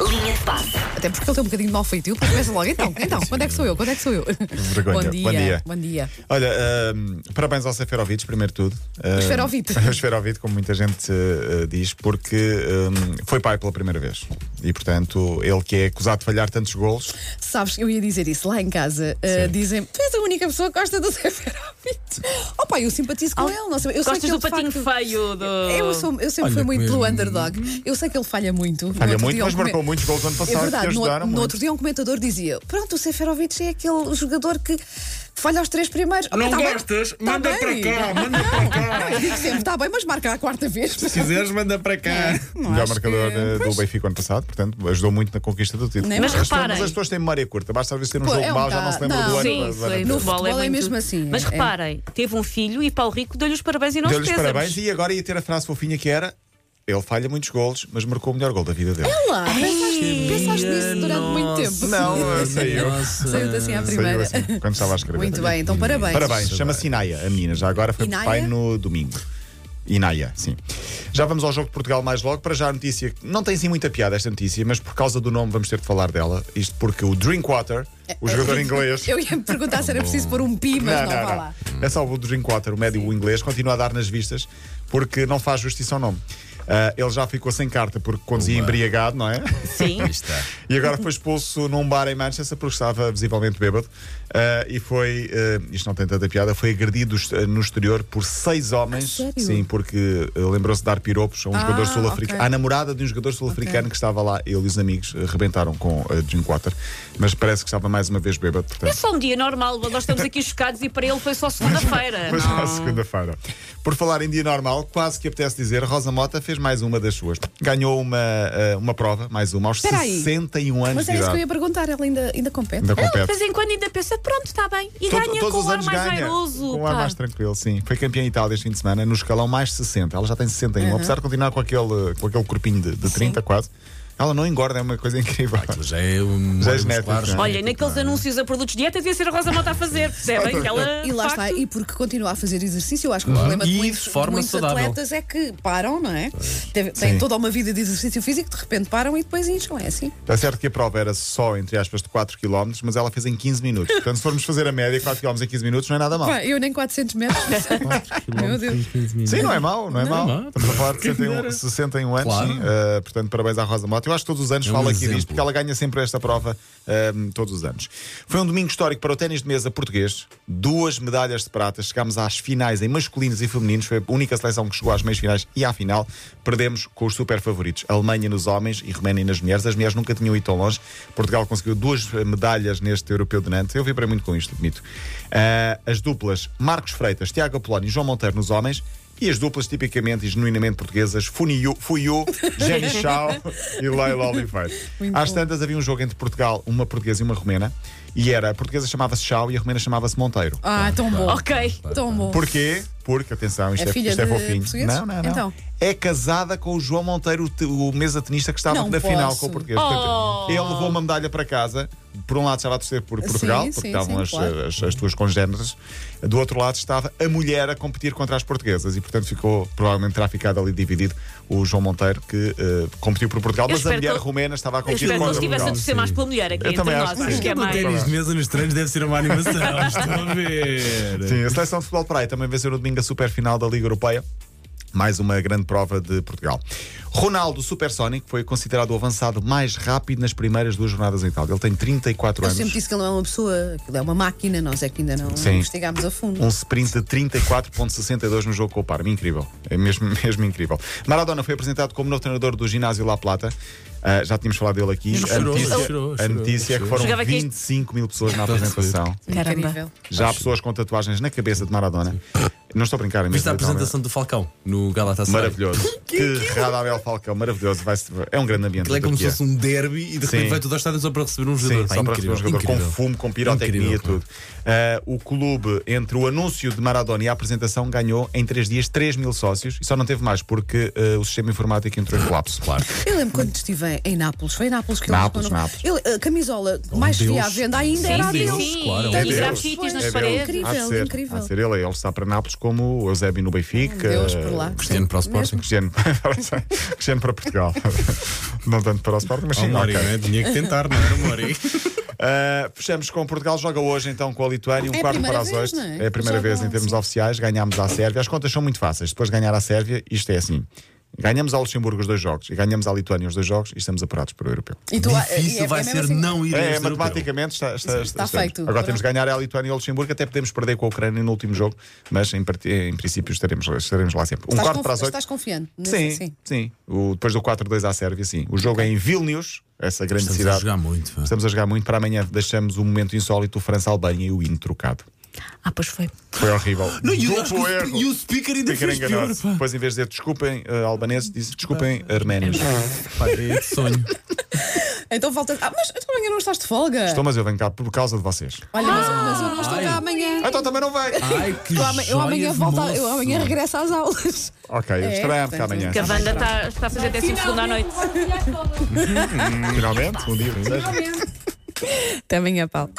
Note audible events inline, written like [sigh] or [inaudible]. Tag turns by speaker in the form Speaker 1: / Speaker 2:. Speaker 1: Linha de passe.
Speaker 2: Até porque ele tem um bocadinho de mal feito. E depois começa logo, então, então, quando é que sou eu? Quando é que sou eu?
Speaker 3: vergonha.
Speaker 2: Bom dia.
Speaker 3: Bom dia.
Speaker 2: Bom dia.
Speaker 3: Olha, ahm, parabéns ao Seferovic, primeiro de tudo. Ahm,
Speaker 2: Seferovic.
Speaker 3: [laughs] O Seferovic, como muita gente ah, ah, diz, porque ahm, foi pai pela primeira vez. E, portanto, ele que é acusado de falhar tantos golos,
Speaker 2: Sabes, eu ia dizer isso lá em casa. Uh,
Speaker 3: Sim.
Speaker 2: dizem tu és a única pessoa que gosta do Seferovic. Oh, pá, eu simpatizo com ele. Não sei, eu sei
Speaker 4: Gostas
Speaker 2: que ele,
Speaker 4: do
Speaker 2: de
Speaker 4: patinho
Speaker 2: facto-
Speaker 4: feio do.
Speaker 2: Eu, sou- eu sempre
Speaker 5: Olha,
Speaker 2: fui muito pelo
Speaker 5: que-
Speaker 2: underdog. Eu sei que ele falha muito. No
Speaker 3: falha
Speaker 2: outro
Speaker 3: muito,
Speaker 2: dia
Speaker 3: mas
Speaker 2: um
Speaker 3: marcou
Speaker 2: comen-
Speaker 3: muitos golos ano
Speaker 2: É
Speaker 3: passado que
Speaker 2: verdade, no,
Speaker 3: ajudaram
Speaker 2: no
Speaker 3: muito.
Speaker 2: outro dia um comentador dizia: Pronto, o Seferovic é aquele jogador que falha os três primeiros.
Speaker 5: Não
Speaker 2: tá bem,
Speaker 5: gostas?
Speaker 2: tá
Speaker 5: manda
Speaker 2: bem.
Speaker 5: para cá, [laughs] manda para cá.
Speaker 2: Eu digo sempre: Está bem, mas marca a quarta vez.
Speaker 5: Se quiseres, manda para cá.
Speaker 2: Não
Speaker 3: Melhor
Speaker 2: acho
Speaker 3: marcador
Speaker 2: que-
Speaker 3: eh, do
Speaker 2: Pois.
Speaker 3: Benfica ano passado, portanto, ajudou muito na conquista do título.
Speaker 2: Nem Mas
Speaker 3: as pessoas,
Speaker 4: reparem.
Speaker 3: mas as pessoas têm memória curta, basta às vezes ter um
Speaker 2: Pô,
Speaker 3: jogo
Speaker 2: é um
Speaker 3: mau, já não se
Speaker 2: bocado-
Speaker 3: lembra do
Speaker 2: não.
Speaker 3: ano.
Speaker 4: Sim,
Speaker 3: do ano
Speaker 4: foi.
Speaker 3: anterior.
Speaker 2: No
Speaker 4: No futebol é
Speaker 2: futebol é
Speaker 4: muito-
Speaker 2: mesmo assim,
Speaker 4: Mas
Speaker 2: é.
Speaker 4: reparem, teve um filho e Paulo Rico deu-lhe os parabéns e nós
Speaker 3: Deu-lhes parabéns e agora ia ter a frase fofinha que era: ele falha muitos golos, mas marcou o melhor gol da vida dele.
Speaker 2: Lá, pensaste, pensaste nisso durante muito tempo.
Speaker 5: é
Speaker 3: Não,
Speaker 2: [laughs]
Speaker 3: saiu.
Speaker 2: Saiu-te assim à
Speaker 3: Saiu
Speaker 2: primeira.
Speaker 3: assim, quando estava a escrever.
Speaker 2: Muito bem, então parabéns.
Speaker 3: Parabéns, chama-se Inaia, a menina. Já agora foi
Speaker 2: Inaia?
Speaker 3: pai no domingo. Inaia, sim. Já vamos ao jogo de Portugal mais logo. Para já a notícia, não tem assim muita piada esta notícia, mas por causa do nome vamos ter de falar dela. Isto porque o Drinkwater, o jogador inglês.
Speaker 2: Eu ia me perguntar se era preciso pôr um pi, É, [laughs] mas não, vá lá.
Speaker 3: É só o Drinkwater, o médio inglês, continua a dar nas vistas porque não faz justiça ao nome. Ah, ele já ficou sem carta porque conduzia
Speaker 5: Uma.
Speaker 3: embriagado, não é?
Speaker 4: Sim.
Speaker 5: Aí está.
Speaker 3: E agora foi expulso num bar em Manchester porque estava visivelmente bêbado. Ah, e foi, ah, isto não tem tanta piada, foi agredido est- eh, no exterior por seis homens.
Speaker 2: Ah, sério?
Speaker 3: sim, porque ah, lembrou-se de dar piropos a um
Speaker 2: Ah,
Speaker 3: jogador sul-africano.
Speaker 2: ok.
Speaker 3: À namorada de um jogador sul-africano
Speaker 2: Ok.
Speaker 3: que estava lá, ele e os amigos ah, rebentaram com uh, Drinkwater, mas parece que estava mais uma vez bêbado. Portanto,
Speaker 4: É só um dia normal, nós estamos aqui chocados e para ele foi só segunda-feira.
Speaker 3: Mas à
Speaker 4: não.
Speaker 3: segunda-feira. Por falar em dia normal, quase que apetece dizer, Rosa Mota fez mais uma das suas. Ganhou uma, ah, uma prova, mais uma, aos
Speaker 2: Espera aí.
Speaker 3: 61 anos
Speaker 2: Mas
Speaker 3: de
Speaker 2: era isso que eu
Speaker 3: idade.
Speaker 2: ia perguntar, ela ainda, ainda compete.
Speaker 3: Ainda
Speaker 4: Ele de
Speaker 3: compete.
Speaker 4: vez em quando ainda pensa, pronto, está bem. E
Speaker 3: é. Todo-
Speaker 4: ganha
Speaker 3: todos
Speaker 4: com
Speaker 3: os
Speaker 4: o ar
Speaker 3: anos
Speaker 4: mais
Speaker 3: ganha,
Speaker 4: airoso.
Speaker 3: Com o ar
Speaker 4: pá.
Speaker 3: mais tranquilo, sim. Foi campeã em Itália este fim de semana, no escalão mais 60. Ela já tem 61, apesar de continuar com aquele, com aquele corpinho de, de 30 quase. Ela não engorda, é uma coisa incrível.
Speaker 5: Aquilo já é um.
Speaker 3: Já é genético, não é?
Speaker 4: Olha, naqueles anúncios a produtos de dieta devia ser a Rosa Mota a fazer, percebem? Que ela,
Speaker 2: E lá
Speaker 4: de
Speaker 2: está,
Speaker 4: facto,
Speaker 2: e porque continua a fazer exercício, eu acho que o
Speaker 5: Claro.
Speaker 2: problema de
Speaker 5: E de
Speaker 2: muitos, de
Speaker 5: forma
Speaker 2: muitos
Speaker 5: saudável.
Speaker 2: atletas é que param, não é? Teve- Têm
Speaker 3: Sim.
Speaker 2: toda uma vida de exercício físico, de repente param e depois incham, é assim?
Speaker 3: É certo que a prova era só, entre aspas, de 4 km, mas ela fez em 15
Speaker 4: [laughs]
Speaker 3: minutos. Portanto, se formos fazer a média, 4 km em 15 minutos não é nada mal.
Speaker 2: Pá, eu nem 400 metros. Meu Deus.
Speaker 3: Sim, não é mau, não é mau.
Speaker 5: mau.
Speaker 3: Estamos a falar de 61,
Speaker 5: Quem
Speaker 3: 61 anos,
Speaker 5: Claro.
Speaker 3: sim. Uh, portanto, parabéns à Rosa Mota. Eu acho que todos os anos
Speaker 5: É um
Speaker 3: fala aqui
Speaker 5: exemplo.
Speaker 3: disto, porque ela ganha sempre esta prova um, todos os anos. Foi um domingo histórico para o ténis de mesa português. Duas medalhas de prata. Chegámos às finais em masculinos e femininos. Foi a única seleção que chegou às meias finais e à final. Perdemos com os super favoritos. Alemanha nos homens e Roménia nas mulheres. As mulheres nunca tinham ido tão longe. Portugal conseguiu duas eh, medalhas neste europeu de Nantes. Eu vibrei muito com isto, bonito. Ah, as duplas Marcos Freitas, Tiago Apolónio e João Monteiro nos homens. E as duplas tipicamente e genuinamente portuguesas, Funiu, Fuyu, Jenny Chao e Leila Oliveira.
Speaker 2: Muito
Speaker 3: Às
Speaker 2: bom.
Speaker 3: tantas havia um jogo entre Portugal, uma portuguesa e uma romena, e era a portuguesa chamava-se Chao e a romena chamava-se Monteiro.
Speaker 2: Ah, tão bom.
Speaker 4: Ok.
Speaker 2: Tão bom.
Speaker 3: Porquê? Porque, atenção, isto
Speaker 2: É
Speaker 3: é,
Speaker 2: filha
Speaker 3: isto é
Speaker 2: de
Speaker 3: fofinho.
Speaker 2: portugueses?
Speaker 3: Não, não, não.
Speaker 2: Então.
Speaker 3: É casada com o João Monteiro, o te- o mesa tenista que estava
Speaker 2: Não
Speaker 3: na
Speaker 2: posso.
Speaker 3: final com o português. Portanto,
Speaker 4: Oh.
Speaker 3: ele levou uma medalha para casa. Por um lado estava a torcer por
Speaker 2: Sim,
Speaker 3: Portugal,
Speaker 2: sim,
Speaker 3: porque estavam
Speaker 2: sim,
Speaker 3: as,
Speaker 2: claro.
Speaker 3: as, as tuas congéneres. Do outro lado estava a mulher a competir contra as portuguesas e, portanto, ficou, provavelmente terá ficado ali dividido o João Monteiro, que eh, competiu por Portugal,
Speaker 4: Eu
Speaker 3: mas a
Speaker 4: espero
Speaker 3: mulher
Speaker 4: que ele-
Speaker 3: romena estava a
Speaker 4: Eu
Speaker 3: competir
Speaker 4: espero que ele
Speaker 3: contra
Speaker 4: estivesse a
Speaker 3: Portugal.
Speaker 4: torcer mais pela mulher aqui
Speaker 3: Eu
Speaker 4: entre
Speaker 3: também acho
Speaker 4: nós.
Speaker 3: que
Speaker 4: Acho
Speaker 3: sim.
Speaker 4: que é
Speaker 5: O ténis
Speaker 4: mais.
Speaker 5: de mesa nos treinos deve ser uma [laughs] animação. Estou a ver.
Speaker 3: Sim, a seleção de futebol de praia também venceu no domingo a superfinal da Liga Europeia. Mais uma grande prova de Portugal. Ronaldo Supersónico foi considerado o avançado mais rápido nas primeiras duas jornadas em Itália. Ele tem 34
Speaker 2: Eu
Speaker 3: anos.
Speaker 2: sempre disse que ele não é uma pessoa, que ele é uma máquina, nós é que ainda não
Speaker 3: Sim.
Speaker 2: investigámos a fundo.
Speaker 3: Um sprint de 34,62 no jogo com o Parma. Incrível. É mesmo, [laughs] mesmo incrível. Maradona foi apresentado como novo treinador do Ginásio La Plata. Ah, já tínhamos falado dele aqui. A
Speaker 5: Chorou,
Speaker 3: notícia,
Speaker 5: chorou,
Speaker 3: a
Speaker 5: chorou,
Speaker 3: notícia é que
Speaker 5: chorou.
Speaker 3: foram
Speaker 4: Jogava aqui este-
Speaker 3: 25 mil pessoas na apresentação.
Speaker 2: Incrível.
Speaker 3: Já há pessoas com tatuagens na cabeça de Maradona. Não estou a brincar, é mesmo
Speaker 5: Viste a
Speaker 3: literalmente.
Speaker 5: apresentação do Falcão no Galatasaray?
Speaker 3: Maravilhoso. que Radamel Falcão, maravilhoso. Vai -se... É um grande ambiente.
Speaker 5: Aquilo é como se
Speaker 3: Turquia.
Speaker 5: fosse um derby e de
Speaker 3: Sim.
Speaker 5: repente vai tudo ao estádio só para receber um jogador.
Speaker 3: Sim,
Speaker 5: Pá,
Speaker 3: só para receber
Speaker 5: incrível,
Speaker 3: um jogador com
Speaker 5: incrível.
Speaker 3: fumo, com pirotecnia e
Speaker 5: Incrível,
Speaker 3: tudo. Ah, o clube, entre o anúncio de Maradona e a apresentação, ganhou em três dias 3 mil sócios e só não teve mais porque ah, o sistema informático entrou em colapso.
Speaker 5: Claro.
Speaker 2: Eu lembro quando estive em Nápoles, foi em Nápoles que
Speaker 3: Nápoles,
Speaker 2: ele
Speaker 3: Nápoles.
Speaker 2: Ele, A camisola mais
Speaker 5: Deus.
Speaker 2: fria à venda ainda
Speaker 4: Sim,
Speaker 2: era a
Speaker 4: sim,
Speaker 2: dele.
Speaker 4: sim.
Speaker 3: É
Speaker 5: claro,
Speaker 4: e
Speaker 3: Deus.
Speaker 4: grafites nas
Speaker 3: É Deus.
Speaker 4: paredes.
Speaker 3: Há de
Speaker 2: Incrível,
Speaker 3: ser,
Speaker 2: incrível.
Speaker 3: há de ser. Ele, ele está para Nápoles como o Eusébio no Benfica.
Speaker 2: Deus por lá.
Speaker 3: [laughs]
Speaker 5: Cristiano para o Sporting.
Speaker 3: Cristiano, Cristiano para Portugal. Não tanto para o Sporting, mas
Speaker 5: Ó,
Speaker 3: sim,
Speaker 5: Mori,
Speaker 3: ok.
Speaker 5: né? Tinha que tentar, não era
Speaker 3: [laughs]
Speaker 5: Mori?
Speaker 3: Uh, fechamos com Portugal, joga hoje então com a Lituânia, um
Speaker 2: É a
Speaker 3: quarto
Speaker 2: primeira
Speaker 3: para as
Speaker 2: vez,
Speaker 3: oito.
Speaker 2: não é?
Speaker 3: É a primeira
Speaker 2: Joga
Speaker 3: vez em
Speaker 2: ontem.
Speaker 3: termos oficiais, ganhámos à Sérvia. As contas são muito fáceis. Depois de ganhar à Sérvia, isto é assim: ganhamos ao Luxemburgo os dois jogos e ganhamos à Lituânia os dois jogos e estamos apurados para o europeu.
Speaker 2: E tu-
Speaker 5: Difícil
Speaker 2: é- é
Speaker 5: vai
Speaker 2: mesmo
Speaker 5: ser
Speaker 2: assim-
Speaker 5: não ir a
Speaker 3: É,
Speaker 5: este
Speaker 3: é,
Speaker 5: europeu.
Speaker 3: matematicamente está, está,
Speaker 2: Está
Speaker 3: estamos.
Speaker 2: feito.
Speaker 3: Agora temos
Speaker 2: Pronto.
Speaker 3: de ganhar à Lituânia e ao Luxemburgo, até podemos perder com a Ucrânia no último jogo, mas em, parti- em princípio estaremos, estaremos lá sempre. Um
Speaker 2: Estás,
Speaker 3: quarto
Speaker 2: conf-
Speaker 3: para as oito.
Speaker 2: estás confiante? nisso?
Speaker 3: Sim, sim. O, depois do 4-2 à Sérvia, sim. O jogo é em Vilnius, essa grande
Speaker 5: Estamos a
Speaker 3: cidade.
Speaker 5: jogar muito. pá.
Speaker 3: Estamos a jogar muito. Para amanhã deixamos o momento insólito, o França-Albânia e o hino trocado.
Speaker 4: Ah, pois foi.
Speaker 3: Foi horrível.
Speaker 5: [laughs] Não, e, o, acho que
Speaker 3: Duplo
Speaker 5: o-
Speaker 3: erro.
Speaker 5: e o speaker ainda
Speaker 3: Fiquei
Speaker 5: fez pior,
Speaker 3: enganado.
Speaker 5: pá.
Speaker 3: Depois, em vez de dizer desculpem eh, albaneses, disse desculpem arménios.
Speaker 5: Pá, é de sonho.
Speaker 2: Então voltas. Ah, mas tu amanhã não estás de folga.
Speaker 3: Estou, mas eu venho cá por causa de vocês.
Speaker 2: Olha, mas, mas eu não estou
Speaker 5: Ai.
Speaker 2: cá amanhã.
Speaker 3: Então também não vai.
Speaker 5: Ai, que
Speaker 2: Eu ama- eu amanhã
Speaker 5: joia de
Speaker 2: volto, a-
Speaker 5: moço.
Speaker 2: eu amanhã regresso às aulas. [laughs]
Speaker 3: Ok,
Speaker 2: É,
Speaker 3: estranho porque
Speaker 2: portanto,
Speaker 3: amanhã.
Speaker 4: Que a Wanda está, está a fazer décimo segundo à noite.
Speaker 3: Finalmente, um dia. um desejo.
Speaker 2: Até amanhã, Paulo.